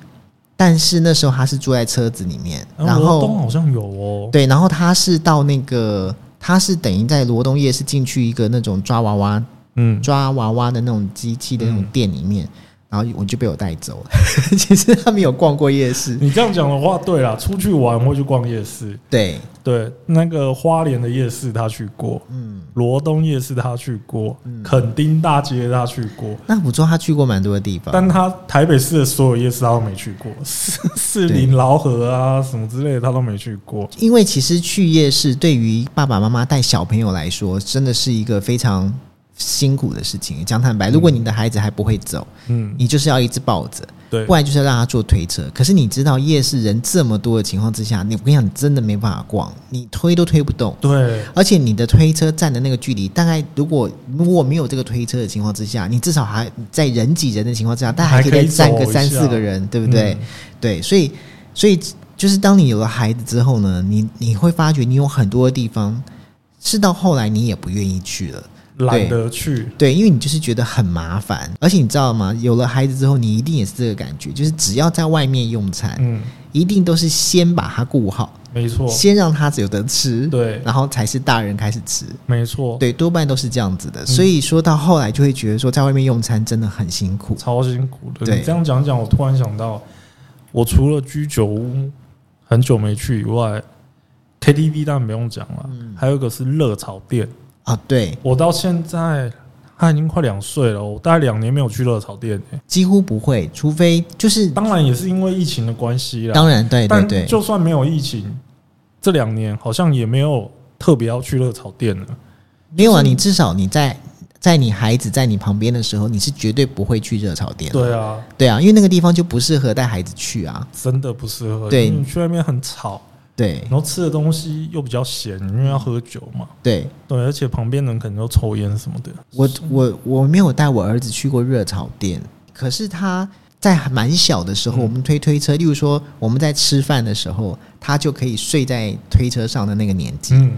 A: 但是那时候他是住在车子里面，然
B: 嗯罗
A: 后
B: 哎东好像有哦，
A: 对，然后他是到那个，他是等于在罗东夜市进去一个那种抓娃娃、
B: 嗯，
A: 抓娃娃的那种机器的那种店里面，然后我就被我带走了。 其实他们有逛过夜市，
B: 你这样讲的话，对啦，出去玩会去逛夜市，
A: 对，
B: 对，那个花莲的夜市他去过，
A: 嗯，
B: 罗东夜市他去过，垦丁大街他去过，
A: 那我知道他去过蛮多的地方，
B: 但他台北市的所有夜市他都没去过，士士林、劳河啊什么之类的他都没去过，
A: 因为其实去夜市对于爸爸妈妈带小朋友来说，真的是一个非常辛苦的事情。讲坦白，如果你的孩子还不会走，
B: 嗯，
A: 你就是要一直抱着，
B: 对
A: 不，然就是要让他坐推车。可是你知道夜市人这么多的情况之下，你我跟你讲，你真的没办法逛，你推都推不动。
B: 对，
A: 而且你的推车站的那个距离，大概如果如果没有这个推车的情况之下，你至少还在人挤人的情况之下，大家还可以再
B: 还可以
A: 站个
B: 走一
A: 三四
B: 下
A: 个人，对不对？
B: 嗯
A: 对，所以所以就是当你有了孩子之后呢，你你会发觉你有很多地方是到后来你也不愿意去了。
B: 懒得去，
A: 对，因为你就是觉得很麻烦，而且你知道吗？有了孩子之后，你一定也是这个感觉，就是只要在外面用餐，
B: 嗯，
A: 一定都是先把它顾好，
B: 没错，
A: 先让他有的吃，
B: 对，
A: 然后才是大人开始吃。
B: 没错，
A: 对，多半都是这样
B: 嗯
A: 子的，所以说到后来就会觉得说，在外面用餐真的很辛苦。
B: 超辛苦的。
A: 对
B: 你这样讲讲，我突然想到，我除了居酒屋很久没去以外，KTV 当然不用讲了，
A: 嗯
B: 还有一个是热炒店。
A: 啊，对，
B: 我到现在他已经快两岁了，我大概两年没有去热炒店、欸、
A: 几乎不会，除非就是
B: 当然也是因为疫情的关系啦。
A: 当然，对对
B: 但
A: 对，
B: 就算没有疫情，这两年好像也没有特别要去热炒店了。
A: 没有啊，你至少你在在你孩子在你旁边的时候，你是绝对不会去热炒店的。
B: 对啊，
A: 对啊，因为那个地方就不适合带孩子去啊。
B: 真的不适合。
A: 对
B: 因为你去外面很吵，
A: 对
B: 然后吃的东西又比较咸，因为要喝酒嘛。
A: 对，
B: 对，而且旁边人可能都抽烟什么的。
A: 我我我没有带我儿子去过热炒店，可是他在蛮小的时候，
B: 嗯
A: 我们推推车，例如说我们在吃饭的时候，他就可以睡在推车上的那个年纪。
B: 嗯，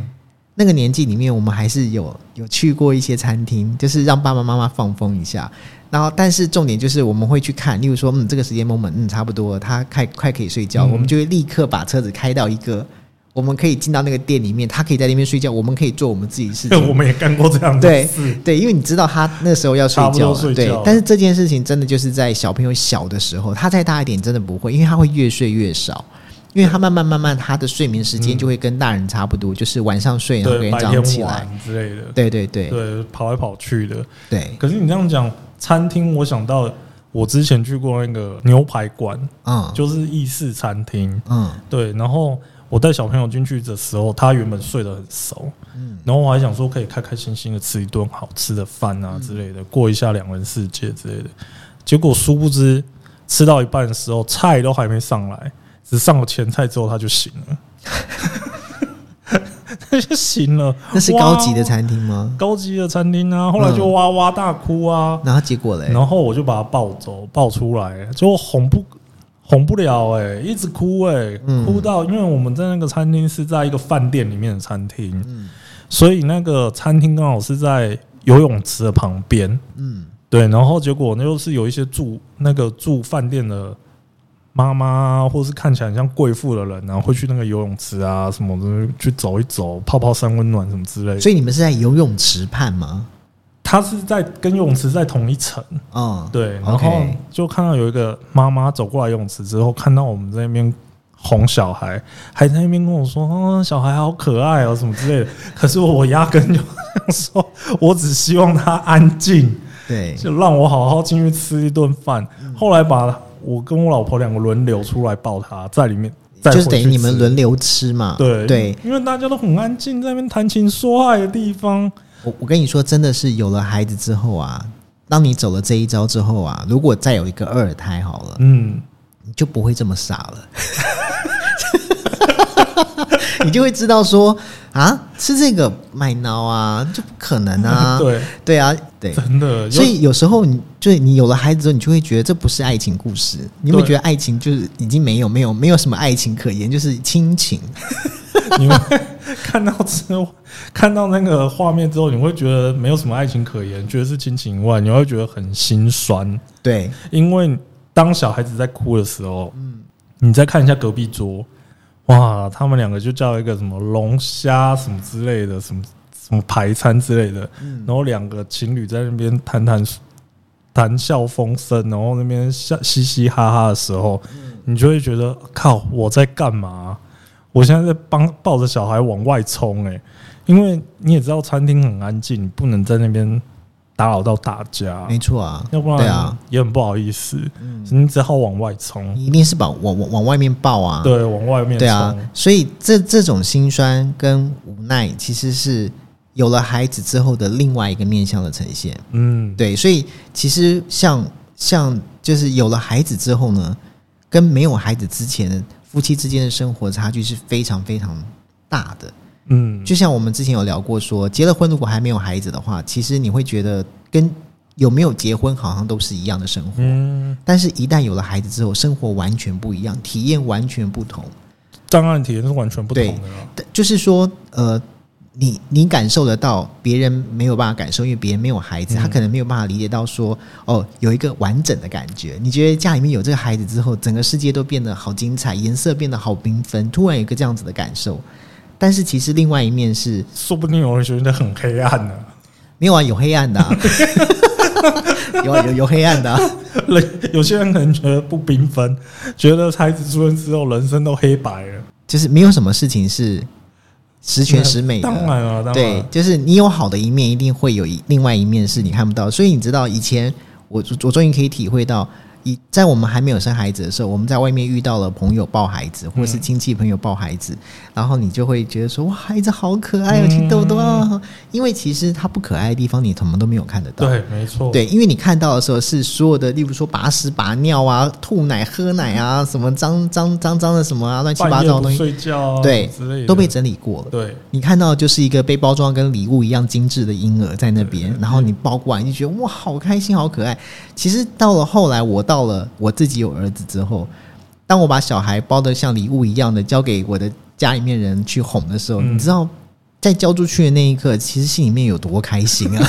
A: 那个年纪里面，我们还是有有去过一些餐厅，就是让爸爸妈妈放风一下。然后，但是重点就是我们会去看，例如说，嗯，这个时间 moment，嗯，差不多了，他快快可以睡觉，
B: 嗯
A: 我们就会立刻把车子开到一个我们可以进到那个店里面，他可以在那边睡觉，我们可以做我们自己的事情。
B: 我们也干过这样
A: 对
B: 的事。
A: 对，因为你知道他那时候要睡
B: 差不
A: 觉
B: 多
A: 了，
B: 睡觉
A: 对
B: 了。
A: 但是这件事情真的就是在小朋友小的时候，他再大一点真的不会，因为他会越睡越少，因为他慢慢慢慢他的睡眠时间就会跟大人差不多，就是晚上睡，然后隔
B: 嗯对，
A: 天
B: 白
A: 早上起
B: 天
A: 来。
B: 玩之类的，
A: 对对对对
B: 对，跑来跑去的。可是你这样讲，餐厅我想到我之前去过那个牛排馆，
A: 嗯
B: 就是意式餐厅。
A: 嗯
B: 对，然后我带小朋友进去的时候，他原本睡得很熟，
A: 嗯
B: 然后我还想说可以开开心心的吃一顿好吃的饭
A: 嗯
B: 啊之类的，过一下两人世界之类的。结果殊不知，吃到一半的时候，菜都还没上来，只上了前菜之后他就醒 了，他就醒了。
A: 那是高级的
B: 哇
A: 餐厅嗯吗？
B: 高级的餐厅啊，后来就哇哇大哭啊，
A: 然后结果嘞？
B: 然后我就把他抱走，抱出来，结果哄不哄不了哎、一直哭哎、
A: 嗯
B: 哭到因为我们在那个餐厅是在一个饭店里面的餐厅，
A: 嗯
B: 所以那个餐厅刚好是在游泳池的旁边，
A: 嗯
B: 对，然后结果那就是有一些住那个住饭店的。妈妈啊或是看起来很像贵妇的人啊，会去那个游泳池啊什么的去走一走，泡泡山温暖什么之类的。
A: 所以你们是在游泳池畔吗？
B: 它是在跟游泳池在同一层，
A: 哦，
B: 对，然后
A: OK
B: 就看到有一个妈妈走过来游泳池之后，看到我们在那边哄小孩，还在那边跟我说：“哦，小孩好可爱哦，什么之类的。” 可是我压根就想说，我只希望他安静，
A: 对，
B: 就让我好好进去吃一顿饭。
A: 嗯
B: 后来把我跟我老婆两个轮流出来抱他，在里面再
A: 就是等
B: 回
A: 于
B: 去
A: 你们
B: 吃
A: 轮流吃嘛。
B: 对
A: 对，，
B: 因为大家都很安静，在那边谈情说爱的地方，
A: 我我跟你说，真的是有了孩子之后啊，当你走了这一招之后啊，如果再有一个二胎好了，
B: 嗯，
A: 你就不会这么傻了。 你就会知道说啊，吃这个卖脑啊，就不可能啊。
B: 对，
A: 对啊，对。
B: 真的，
A: 所以有时候你就是你有了孩子之后，你就会觉得这不是爱情故事，你会
B: 对
A: 觉得爱情就是已经没有没有没有什么爱情可言，就是亲 情。
B: 你们看到之后，看到那个画面之后，你会觉得没有什么爱情可言，觉得是亲情以外，你会觉得很心酸，
A: 对，
B: 因为当小孩子在哭的时候，你再看一下隔壁桌，哇，他们两个就叫一个什么龙虾什么之类的，什么什么排餐之类的，然后两个情侣在那边谈谈谈笑风生，然后那边笑嘻嘻哈哈的时候，你就会觉得靠，我在干嘛？我现在在帮抱着小孩往外冲，哎，因为你也知道餐厅很安静，你不能在那边打扰到大家，
A: 没错啊，
B: 要不
A: 对
B: 然
A: 啊，嗯
B: 也很不好意思，你只好往外冲，
A: 你一定是把往往往外面抱啊。
B: 对，往外面
A: 对啊
B: 冲，，
A: 所以这这种心酸跟无奈，其实是有了孩子之后的另外一个面向的呈现。
B: 嗯，
A: 对，所以其实像像就是有了孩子之后呢，跟没有孩子之前的夫妻之间的生活差距是非常非常大的。
B: 嗯，
A: 就像我们之前有聊过说结了婚如果还没有孩子的话，其实你会觉得跟有没有结婚好像都是一样的生活。
B: 嗯，
A: 但是，一旦有了孩子之后，生活完全不一样，体验完全不同。
B: 障碍体验是完全不同的啦，
A: 但就是说，呃，你你感受得到，别人没有办法感受，因为别人没有孩子，
B: 嗯
A: 他可能没有办法理解到说，哦，有一个完整的感觉。你觉得家里面有这个孩子之后，整个世界都变得好精彩，颜色变得好缤纷，突然有一个这样子的感受。但是其实另外一面是
B: 说不定有人觉得很黑暗呢、
A: 没有啊，有黑暗的、啊，有啊有有黑暗的、啊，
B: 人有些人可能觉得不缤纷，觉得孩子出生之后人生都黑白了，
A: 就是没有什么事情是十全十美的。
B: 当然了，当
A: 对
B: 然，，
A: 就是你有好的一面，一定会有一另外一面是你看不到。所以你知道，以前我我终于可以体会到，以在我们还没有生孩子的时候，我们在外面遇到了朋友抱孩子，或是亲戚朋友抱孩子，然后你就会觉得说哇，孩子好可爱哦，
B: 嗯
A: 亲豆豆啊！因为其实他不可爱的地方，你什么都没有看得到。
B: 对，没错，
A: 对，因为你看到的时候是所有的，例如说拔屎、拔尿啊、吐奶、喝奶啊，什么脏脏脏脏的什么啊，乱七八
B: 半夜
A: 糟的
B: 不
A: 东西，
B: 睡觉啊，
A: 对
B: 之类的
A: 都被整理过了。
B: 对，
A: 你看到的就是一个被包装跟礼物一样精致的婴儿在那边，然后你包过来，你就觉得哇，好开心，好可爱。其实到了后来，我到了我自己有儿子之后，当我把小孩包的像礼物一样的交给我的家里面人去哄的时候，
B: 嗯
A: 你知道在交出去的那一刻，其实心里面有多开心啊！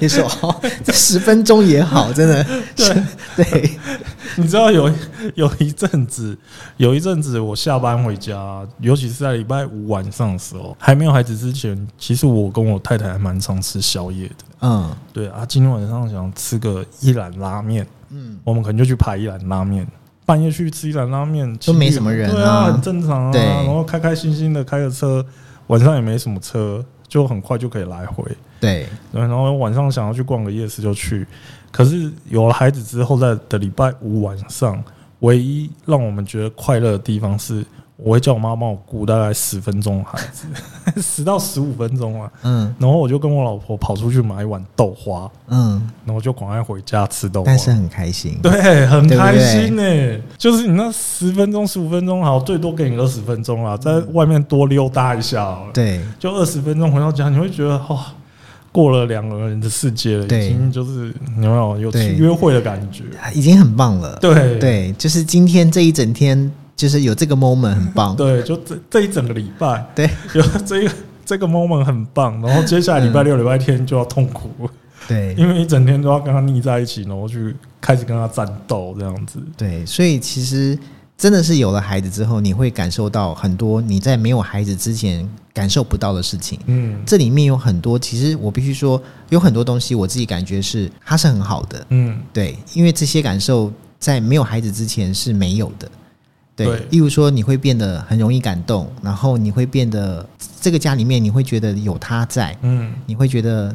A: 你说哦，这十分钟也好，真的，
B: 对
A: 对，
B: 你知道有有一阵子，有一阵子我下班回家，尤其是在礼拜五晚上的时候，还没有孩子之前，其实我跟我太太还蛮常吃宵夜的。
A: 嗯
B: 对啊，今天晚上想吃个一兰拉面，
A: 嗯，
B: 我们可能就去排一兰拉面。半夜去吃一兰拉面，
A: 都没什么人啊
B: 对啊，很正常啊。
A: 对
B: 然后开开心心的开个车，晚上也没什么车，就很快就可以来回。
A: 对，
B: 对，然后晚上想要去逛个夜市就去，可是有了孩子之后，在的礼拜五晚上，唯一让我们觉得快乐的地方是，我会叫我妈帮我顾大概十分钟的孩子， 十到十五分钟啊。
A: 嗯
B: 然后我就跟我老婆跑出去买一碗豆花，
A: 嗯，
B: 然后就赶快回家吃豆花。
A: 但是很开心，
B: 对，很
A: 对不
B: 开
A: 对
B: 心呢、就是你那十分钟、十五分钟，好，最多给你二十分钟啦，在
A: 嗯
B: 外面多溜达一下好了。
A: 对。
B: 就二十分钟回到家，你会觉得哇、过了两个人的世界了，已
A: 对
B: 经就是你有没有有去
A: 对
B: 约会的感觉？
A: 已经很棒了。
B: 对
A: 对，就是今天这一整天，就是有这个 moment 很棒。
B: 对，就这这一整个礼拜，
A: 对
B: 有这个这个 moment 很棒。然后接下来礼拜六、礼拜天就要痛苦，
A: 嗯对
B: 因为一整天都要跟他腻在一起，然后去开始跟他战斗这样子。
A: 对，所以其实真的是有了孩子之后，你会感受到很多你在没有孩子之前感受不到的事情。
B: 嗯
A: 这里面有很多，其实我必须说，有很多东西我自己感觉是它是很好的，
B: 嗯，
A: 对，因为这些感受在没有孩子之前是没有的。对
B: 对，
A: 例如说你会变得很容易感动，然后你会变得这个家里面你会觉得有他在，
B: 嗯
A: 你会觉得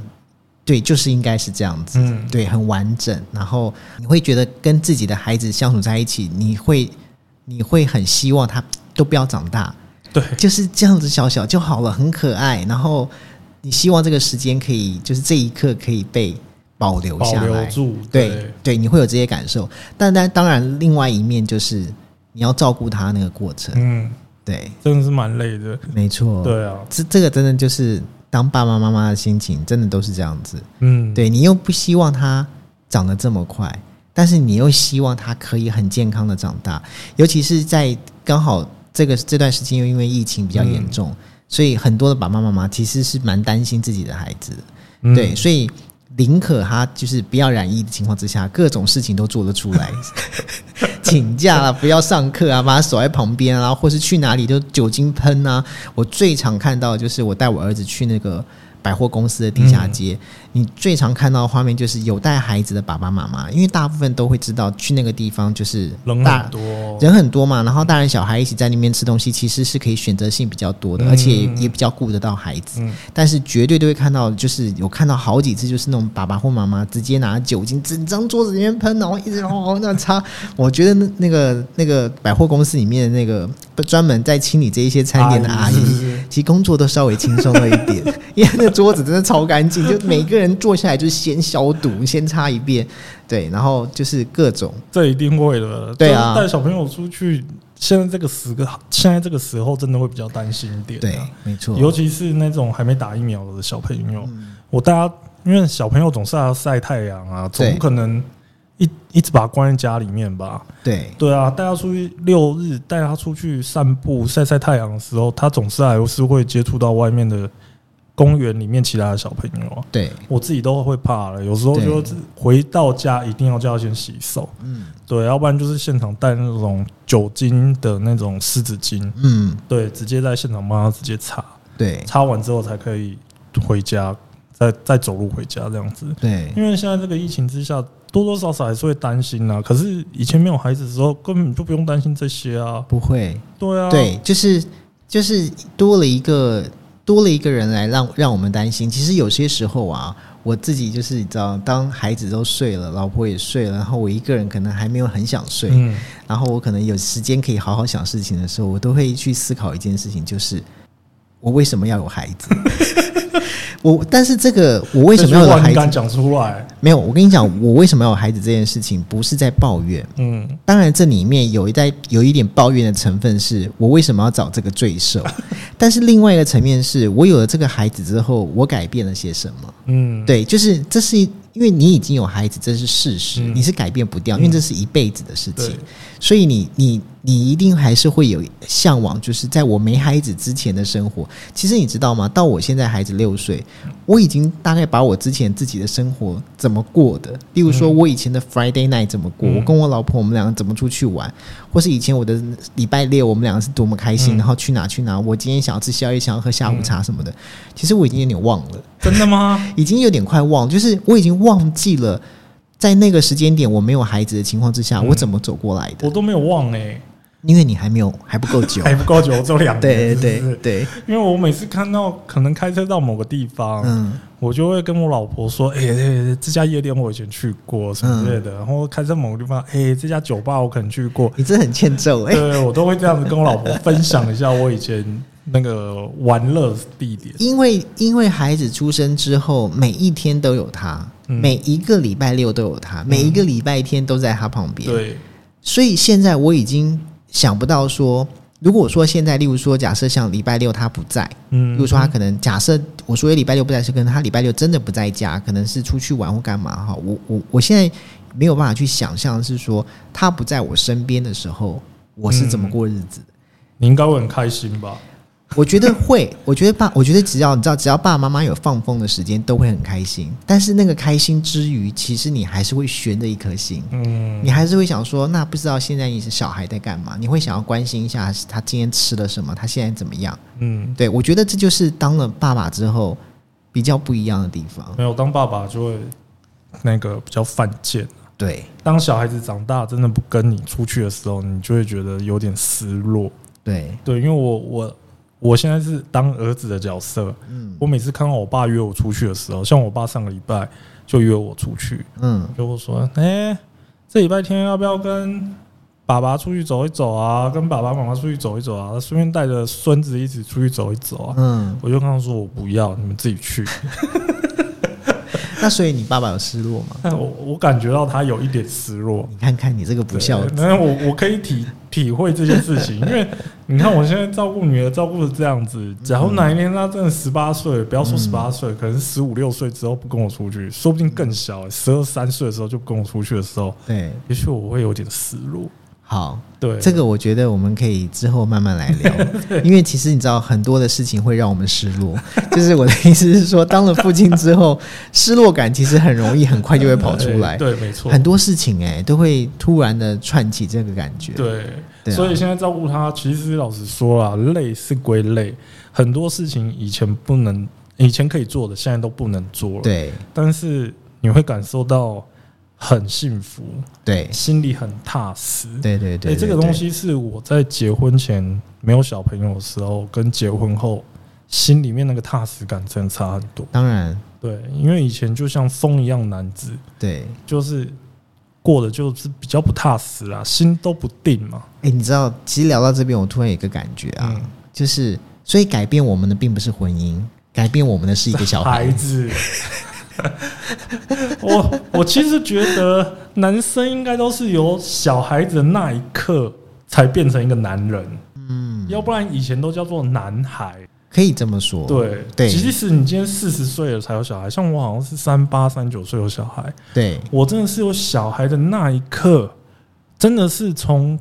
A: 对，就是应该是这样子，
B: 嗯，
A: 对，很完整。然后你会觉得跟自己的孩子相处在一起，你会你会很希望他都不要长 大，
B: 对，
A: 就是这样子小小就好了，很可爱。然后你希望这个时间可以，就是这一刻可以被保留
B: 保
A: 下
B: 留
A: 来。
B: 住，
A: 对对，你会有这些感受。但但当然，另外一面就是你要照顾他那个过程。
B: 嗯，
A: 对，
B: 真的是蛮累的，
A: 没错。，
B: 对啊，
A: 这这个真的就是当爸爸妈妈的心情，真的都是这样子。
B: 嗯，
A: 对你又不希望他长得这么快，但是你又希望他可以很健康的长大，尤其是在刚好这个这段时间又因为疫情比较严重，所以很多的爸爸妈妈其实是蛮担心自己的孩子的，
B: 嗯
A: 对，所以。宁可他就是不要染疫的情况之下，各种事情都做得出来，请假啊，不要上课啊，把他守在旁边啊，或是去哪里就酒精喷啊。我最常看到的就是我带我儿子去那个百货公司的地下街，你最常看到的画面就是有带孩子的爸爸妈妈，因为大部分都会知道去那个地方就是
B: 人
A: 大
B: 很多，
A: 人很多嘛，然后大人小孩一起在那边吃东西，其实是可以选择性比较多的，
B: 嗯
A: 而且也比较顾得到孩子。
B: 嗯
A: 但是绝对都会看到，就是有看到好几次，就是那种爸爸或妈妈直接拿酒精整张桌子里面喷，然后一直哦那擦。 我觉得那那个那个百货公司里面的那个呃专门在清理这一些餐点的阿
B: 啊是不
A: 姨。
B: 是
A: 其实工作都稍微轻松了一点， 因为那桌子真的超干净，就每个人坐下来就是先消毒，先擦一遍，对，然后就是各种
B: 这一定会的，
A: 对啊
B: 就是带小朋友出去，现在这个时刻，现在这个时候真的会比较担心一点、啊，
A: 对，没错，
B: 尤其是那种还没打疫苗的小朋友，
A: 嗯
B: 我大家因为小朋友总是要晒太阳啊，
A: 对
B: 总不可能一一直把他关在家里面吧？
A: 对，
B: 对啊，带他出去六日，带他出去散步晒晒太阳的时候，他总是还是会接触到外面的公园里面其他的小朋友啊。
A: 对，
B: 我自己都会怕了，有时候
A: 对
B: 就是回到家一定要叫他先洗手，
A: 嗯
B: 对，要不然就是现场带那种酒精的那种湿纸巾，
A: 嗯，
B: 对，直接在现场帮他直接擦，
A: 对
B: 擦完之后才可以回家，再再走路回家这样子。
A: 对
B: 因为现在这个疫情之下，多多少少还是会担心啊。可是以前没有孩子的时候，根本就不用担心这些啊。
A: 不会，
B: 对啊，
A: 对，就是就是多了一个多了一个人来让让我们担心。其实有些时候啊，我自己就是你知道，当孩子都睡了，老婆也睡了，然后我一个人可能还没有很想睡，
B: 嗯，
A: 然后我可能有时间可以好好想事情的时候，我都会去思考一件事情，就是我为什么要有孩子？ 我但是这个我为什么要
B: 这句
A: 有
B: 话你
A: 孩
B: 敢
A: 子？
B: 讲出来？
A: 没有，我跟你讲，我为什么要有孩子这件事情，不是在抱怨。
B: 嗯，
A: 当然，这里面有一代有一点抱怨的成分是，我为什么要找这个罪 受？但是另外一个层面是，我有了这个孩子之后，我改变了些什么？
B: 嗯，
A: 对，就是这是因为你已经有孩子，这是事实，
B: 嗯
A: 你是改变不掉，
B: 嗯
A: 因为这是一辈子的事情
B: 对，
A: 所以你你你一定还是会有向往，就是在我没孩子之前的生活。其实你知道吗？到我现在孩子六岁，我已经大概把我之前自己的生活怎么过的，例如说我以前的 Friday night 怎么过，
B: 嗯
A: 我跟我老婆我们两个怎么出去玩，或是以前我的礼拜六我们两个是多么开心，
B: 嗯
A: 然后去哪去哪，我今天想要吃宵夜，想要喝下午茶什么的，其实我已经有点忘了。
B: 真的吗？
A: 已经有点快忘，就是我已经忘记了，在那个时间点我没有孩子的情况之下，
B: 嗯
A: 我怎么走过来
B: 我
A: 的？
B: 都没有忘哎、
A: 因为你还没有还不够久，
B: 还不够久，只有两年。
A: 哎对对
B: 是不
A: 对
B: 是
A: 对，
B: 因为我每次看到可能开车到某个地方，
A: 嗯
B: 我就会跟我老婆说：“哎、欸这家夜店我以前去过什么之
A: 嗯
B: 类的。然后开车某个地方，哎、这家酒吧我可能去过。
A: 你真的很欠揍哎、
B: 对，我都会这样子跟我老婆分享一下我以前那个玩乐地点。
A: 因为因为孩子出生之后，每一天都有他，
B: 嗯
A: 每一个礼拜六都有他，每一个礼拜天都在他旁边，
B: 对，
A: 所以现在我已经想不到说，如果说现在，例如说假设像礼拜六他不在，
B: 嗯，
A: 比如说他可能假设我说礼拜六不在，是跟他礼拜六真的不在家，可能是出去玩或干嘛哈。我我我现在没有办法去想象是说他不在我身边的时候，我是怎么过日子的。
B: 你应该会很开心吧？
A: 我觉得会，我觉得爸，我觉得只要你知道，只要爸爸妈妈有放风的时间，都会很开心。但是那个开心之余，其实你还是会悬着一颗心。
B: 嗯，
A: 你还是会想说，那不知道现在你是小孩在干嘛？你会想要关心一下他今天吃了什么，他现在怎么样？
B: 嗯，
A: 对，我觉得这就是当了爸爸之后比较不一样的地方。
B: 没有当爸爸就会那个比较犯贱。
A: 对，
B: 当小孩子长大，真的不跟你出去的时候，你就会觉得有点失落。
A: 对，
B: 对，因为我我我现在是当儿子的角色，
A: 嗯
B: 我每次看到我爸约我出去的时候，像我爸上个礼拜就约我出去，
A: 嗯
B: 就我说：“哎、这礼拜天要不要跟爸爸出去走一走啊？跟爸爸妈妈出去走一走啊？顺便带着孙子一起出去走一走啊？”
A: 嗯。
B: 我就跟他说：“我不要，你们自己去。
A: 那所以你爸爸有失落吗”？
B: 但我我感觉到他有一点失落，
A: 你看看你这个不孝
B: 对
A: 子，
B: 但是我我可以体体会这件事情，因 为你看我现在照顾女儿照顾的这样子，假
A: 嗯
B: 如哪一天她真的十八岁，不要说十八岁，可能十五六岁之后不跟我出去，说不定更小，欸十二三岁的时候就不跟我出去的时候，
A: 对，
B: 也许我会有点失落。
A: 好，
B: 对，
A: 这个我觉得我们可以之后慢慢来聊，因为其实你知道很多的事情会让我们失落，就是我的意思是说，当了父亲之后，失落感其实很容易很快就会跑出来，
B: 哎对，没错，
A: 很多事情哎、都会突然的串起这个感觉，
B: 对，
A: 对啊
B: 所以现在照顾他，其实老实说啦，累是归累，很多事情以前不能，以前可以做的，现在都不能做了。，
A: 对
B: 但是你会感受到很幸福，
A: 对
B: 心里很踏实。
A: 对对对，
B: 诶哎这个
A: 对
B: 东，西是我在结婚前没有小朋友的时候，跟结婚后心里面那个踏实感真的差很多。
A: 当然
B: 对，因为以前就像风一样难治，
A: 对，
B: 就是过得就是比较不踏实啦，心都不定嘛。
A: 哎、你知道，其实聊到这边，我突然有一个感觉啊，
B: 嗯
A: 就是所以改变我们的并不是婚姻，改变我们的是一个小孩
B: 孩，子， 我我其实觉得男生应该都是由小孩子的那一刻才变成一个男人，
A: 嗯，
B: 要不然以前都叫做男孩。
A: 可以这么说，
B: 对
A: 对
B: 即使你今天四十岁了才有小孩，像我好像是三八三九岁有小孩，
A: 对
B: 我真的是有小孩的那一刻，真的是从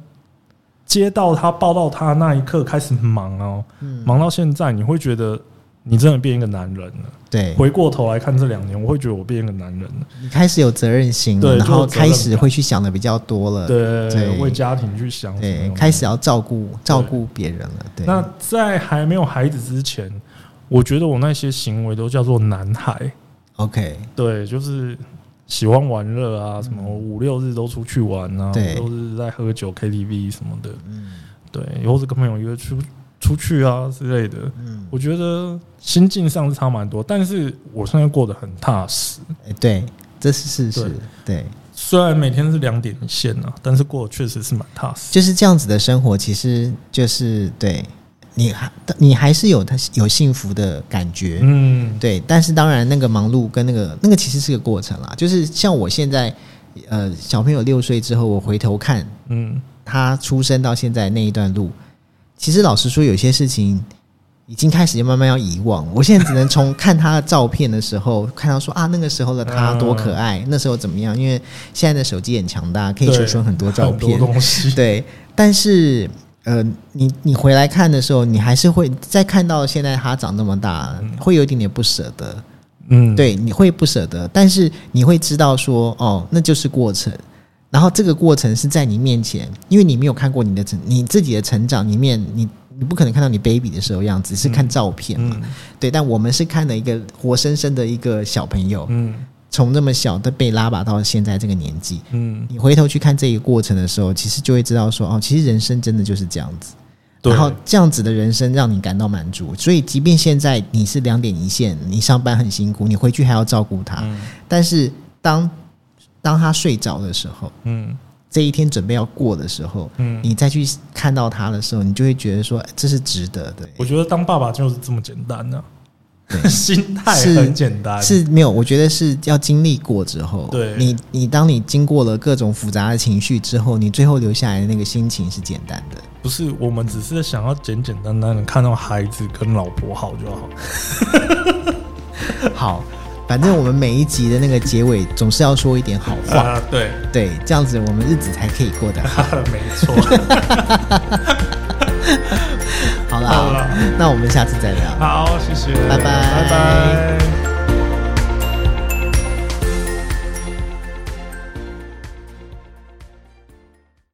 B: 接到他抱到他那一刻开始忙哦，
A: 嗯
B: 忙到现在，你会觉得你真的变一个男人了。
A: 对，
B: 回过头来看这两年，我会觉得我变一个男人了。
A: 你开始有责任心了，
B: 对
A: 然
B: 就有
A: 后
B: 责任
A: 开始
B: 感
A: 会去想的比较多了，
B: 对，
A: 呃对
B: 为家庭去想什么
A: 对，
B: 东西
A: 开始要照顾照顾别人了，对，
B: 那在还没有孩子之前，我觉得我那些行为都叫做男孩。
A: OK，
B: 对，就是喜欢玩乐啊，什么五六日都出去玩啊，
A: 嗯对
B: 都是在喝酒 KTV 什么的。
A: 嗯
B: 对，或者跟朋友约出出去啊之类的。
A: 嗯，
B: 我觉得心境上是差蛮多，但是我现在过得很踏实。
A: 诶哎对，这是事实，对，
B: 虽然每天是两点一线啊，但是过得确实是蛮踏实。
A: 就是这样子的生活，其实就是对你还你还是有他有幸福的感觉，
B: 嗯，
A: 对，但是当然那个忙碌跟那个那个其实是个过程啦，就是像我现在，呃，小朋友六岁之后，我回头看
B: 嗯，
A: 他出生到现在那一段路，其实老实说，有些事情已经开始慢慢要遗忘。我现在只能 从看他的照片的时候，看到说啊，那个时候的他多
B: 嗯
A: 可爱，那时候怎么样？因为现在的手机很强大，可以储
B: 对
A: 存很多照
B: 很多
A: 片。
B: 东西。
A: 对，但是呃，你你回来看的时候，你还是会再看到现在他长这么大，会有一点点不舍得。
B: 嗯，
A: 对，你会不舍得，但是你会知道说，哦，那就是过程。然后这个过程是在你面前，因为你没有看过你的成你自己的成长里面，你你不可能看到你 baby 的时候样子，是看照片嘛？
B: 嗯
A: 对，但我们是看了一个活生生的一个小朋友，
B: 嗯
A: 从那么小的被拉拔到现在这个年纪，
B: 嗯，
A: 你回头去看这个过程的时候，其实就会知道说，哦，其实人生真的就是这样子。
B: 对
A: 然后这样子的人生让你感到满足，所以即便现在你是两点一线，你上班很辛苦，你回去还要照顾他，
B: 嗯
A: 但是当当他睡着的时候，
B: 嗯
A: 这一天准备要过的时候，
B: 嗯，
A: 你再去看到他的时候，你就会觉得说哎这是值得的，
B: 我觉得当爸爸就是这么简单呢、
A: 对
B: 心态
A: 是
B: 很简单，
A: 哎是没有，我觉得是要经历过之后，
B: 对
A: 你你当你经过了各种复杂的情绪之后，你最后留下来的那个心情是简单的。
B: 不是我们只是想要简简单单的看到孩子跟老婆好就好。
A: 好，反正我们每一集的那个结尾总是要说一点好话。
B: 啊，对，
A: 对，这样子我们日子才可以过得 好。
B: 没错。
A: 好啦，
B: 好啦
A: 那我们下次再聊。
B: 好，谢谢，
A: 拜拜
B: 拜拜。